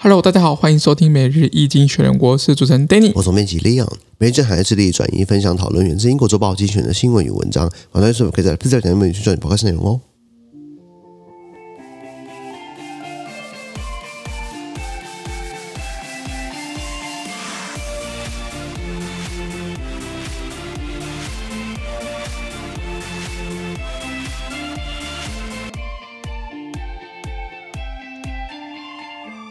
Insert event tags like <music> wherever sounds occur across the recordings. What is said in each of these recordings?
Hello，大家好，欢迎收听每日易经选人国，我是主持人 Danny。我总编辑 Leon，每日正海外致力转移分享讨论源自英国《周报》精选的新闻与文章，网站是否可以在 P 站节目里去转播开始内容哦。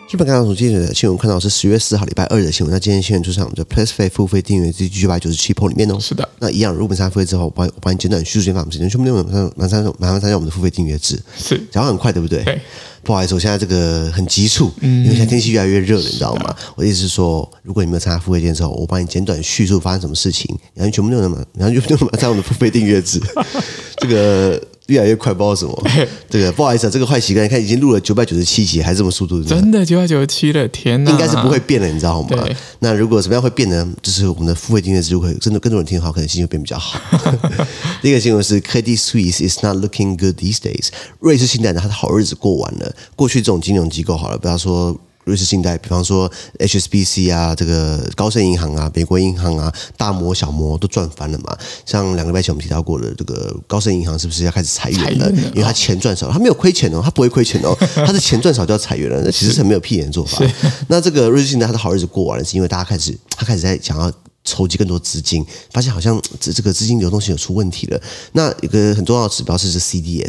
日本刚刚从今天的新闻看到是十月四号礼拜二的新闻，那今天新闻就是在我们的 Plus 费付费订阅第九百九十七 p 里面哦。是的，那一样，如果你付费之后，我帮我帮你简短叙述一下我们时间，全部内容马上马上马上参加我们的付费订阅制，是讲话很快，对不对？对，不好意思，我现在这个很急促，因为现在天气越来越热了，你知道吗？我的意思是说，如果你没有参加付费店之后，我帮你简短叙述发生什么事情，然后全部内容嘛，然后就就马上我们的付费订阅制，这个越来越快，不知道什么。这个不好意思、啊，这个坏习惯，你看已经录了九百九十七集，还这么速度，真的真的九百九十七了，天哪！应该是不会变的，你知道吗对？那如果怎么样会变呢？就是我们的付费订阅制度会真的更多人听的话，可能心情会变比较好。 <laughs> 第一个新闻是 k d Swiss is not looking good these days。瑞士信贷呢，它的好日子过完了。过去这种金融机构好了，不要说。瑞士信贷，比方说 HSBC 啊，这个高盛银行啊，美国银行啊，大摩、小摩都赚翻了嘛。像两个礼拜前我们提到过的，这个高盛银行是不是要开始裁裁员员了？了因为他钱赚少，他没有亏钱哦，他不会亏钱哦，他是钱赚少就要裁员了，那其实是很没有屁眼的做法。那这个瑞士信贷他的好日子过完了，是因为大家开始他开始在想要。筹集更多资金，发现好像这这个资金流动性有出问题了。那有个很重要的指标是这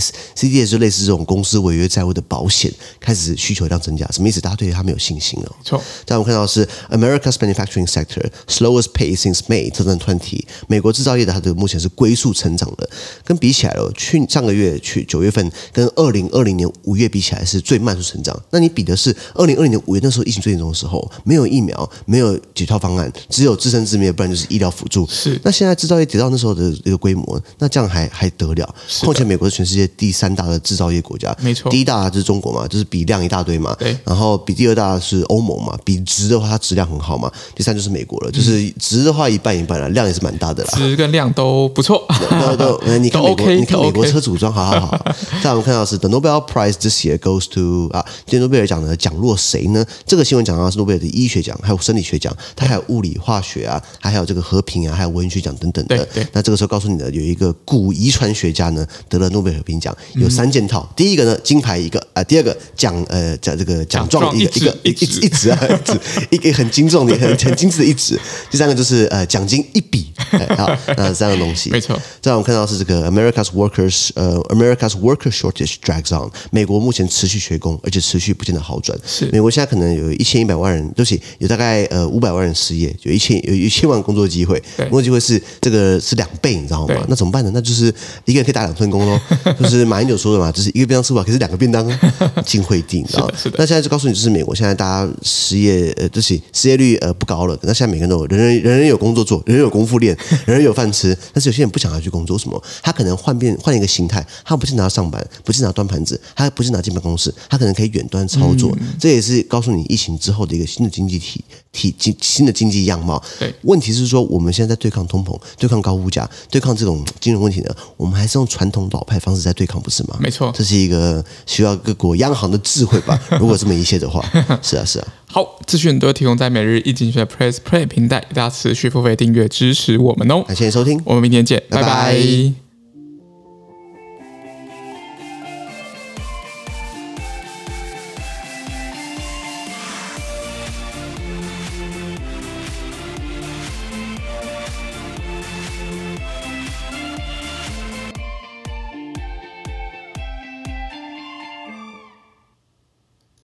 CDS，CDS 就类似这种公司违约债务的保险，开始需求量增加，什么意思？大家对它没有信心了、哦。错，但我们看到的是 America's manufacturing sector slowest pace since May 2020，美国制造业的它的目前是龟速成长的，跟比起来了，去上个月去九月份跟二零二零年五月比起来是最慢速成长。那你比的是二零二零年五月那时候疫情最严重的时候，没有疫苗，没有解套方案，只有自生自灭，不然就是医疗辅助。是那现在制造业跌到那时候的一个规模，那这样还还得了？是的况且美国是全世界第三大的制造业国家，没错第一大就是中国嘛，就是比量一大堆嘛，对然后比第二大是欧盟嘛，比值的话它质量很好嘛，第三就是美国了，就是值的话一半一半啦，量也是蛮大的啦。值跟量都不错， <laughs> 都都，呃你看都美国， OK，你看都美国 OK 车组装，好 <laughs> 好好。但我们看到的是 The Nobel Prize this year goes to 啊，这诺贝尔奖呢奖落谁呢？这个新闻讲到的是诺贝尔的医学奖，还有生理学奖，它还有物理、化学啊，还有这个和平啊，还有文学奖等等的对对。那这个时候告诉你的有一个古遗传学家呢得了诺贝尔和平奖，嗯有三件套，第一个呢金牌一个啊，第二个奖呃奖这个奖奖状状一一个一个纸一一纸一纸啊，<laughs> 一纸一个很精壮的很很精致的一纸。第三个就是呃奖金一笔，哎好，那三样东西。没错。再来我们看到是这个 America's workers，呃，America's worker shortage drags on。美国目前持续缺工，而且持续不见得好转。是美国现在可能有一千一百万人，对不起，有大概呃五百万人失业，有一千有一千万工作机会，对工作机会是这个是两倍，你知道吗对？那怎么办呢？那就是一个人可以打两份工喽， <laughs> 就是马英九说的嘛，就是一个便当吃不饱，可是两 <laughs> 个便当啊进会地，你知道吗？是的那现在就告诉你，就是美国现在大家失业，呃，对不起，失业率呃不高了。那现在每个人都有，人人人人有工作做，人人有功夫练，人人有饭吃。但是有些人不想要去工作，为什么？他可能换变换一个形态，他不是拿上班，不是拿端盘子，他不是拿进办公室，他可能可以远端操作。嗯这也是告诉你疫情之后的一个新的经济体体经新的经济样貌。对问题是说我们现在在对抗通膨、对抗高物价、对抗这种金融问题呢，我们还是用传统老派方式在对抗，不是吗？没错这是一个需要各国央行的智慧吧？如果这么一切的话，是啊，是啊，好，资讯都提供在每日易经学 Press Play 平台，大家持续付费订阅支持我们哦。感谢你收听。我们明天见，拜拜拜拜